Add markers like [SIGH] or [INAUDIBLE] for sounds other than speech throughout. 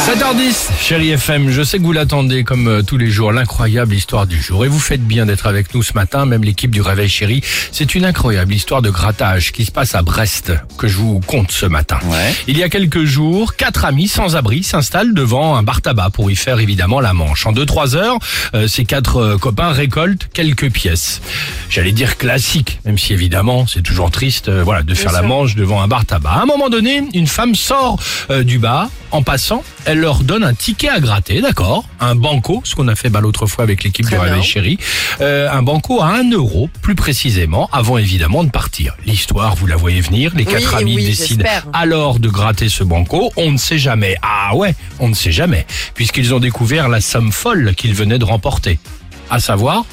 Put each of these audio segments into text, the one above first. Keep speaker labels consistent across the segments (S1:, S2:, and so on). S1: 7h10, chérie FM, je sais que vous l'attendez comme euh, tous les jours, l'incroyable histoire du jour. Et vous faites bien d'être avec nous ce matin, même l'équipe du Réveil Chéri. C'est une incroyable histoire de grattage qui se passe à Brest, que je vous compte ce matin.
S2: Ouais.
S1: Il y a quelques jours, quatre amis sans abri s'installent devant un bar tabac pour y faire évidemment la manche. En 2-3 heures, euh, ces quatre euh, copains récoltent quelques pièces. J'allais dire classique, même si évidemment c'est toujours triste euh, voilà, de faire la manche devant un bar tabac. À un moment donné, une femme sort euh, du bar. En passant, elle leur donne un ticket à gratter, d'accord Un banco, ce qu'on a fait bah, l'autre fois avec l'équipe du Réveil Chéri. Euh, un banco à 1 euro, plus précisément, avant évidemment de partir. L'histoire, vous la voyez venir, les quatre amis
S3: oui,
S1: décident
S3: j'espère.
S1: alors de gratter ce banco, on ne sait jamais. Ah ouais, on ne sait jamais, puisqu'ils ont découvert la somme folle qu'ils venaient de remporter. À savoir,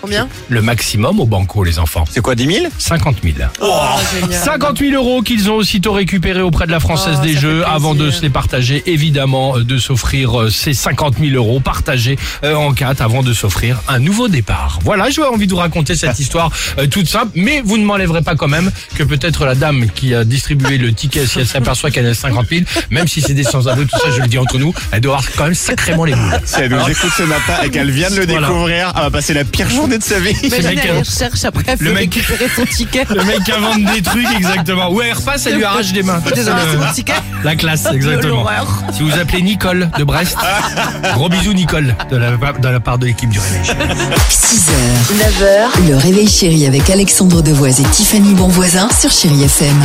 S3: Combien
S1: le maximum au banco, les enfants.
S2: C'est quoi, 10 000
S1: 50 000.
S3: Oh, génial.
S1: 50 000 euros qu'ils ont aussitôt récupérés auprès de la Française
S3: Oh,
S1: des
S3: ça
S1: Jeux
S3: fait
S1: avant de
S3: plaisir.
S1: se les partager, évidemment, euh, de s'offrir euh, ces 50 000 euros partagés euh, en quatre avant de s'offrir un nouveau départ. Voilà, j'avais envie de vous raconter cette histoire euh, toute simple, mais vous ne m'enlèverez pas quand même que peut-être la dame qui a distribué le ticket, si elle s'aperçoit qu'elle a 50 000, même si c'est des sans-abri, tout ça, je le dis entre nous, elle doit avoir quand même sacrément les boules.
S4: Si elle nous écoute ce matin et qu'elle vient de le
S1: Voilà.
S4: découvrir, elle va passer la pire journée de sa vie.
S3: Mais
S1: mec,
S3: j'allais
S1: euh,
S3: à la recherche après,
S1: le
S3: faut
S1: mec-
S3: récupérer son ticket.
S1: [LAUGHS] Le mec invente des trucs, exactement. Ouais, elle repasse, elle lui arrache des mains. Euh,
S3: Désolé, Ah, c'est mon ticket.
S1: La classe, exactement.
S3: l'horreur.
S1: Si vous appelez Nicole de Brest, gros bisous Nicole de la, de la part de l'équipe du Réveil.
S5: 6h, 9h, le réveil chéri avec Alexandre Devoise et Tiffany Bonvoisin sur Chéri FM.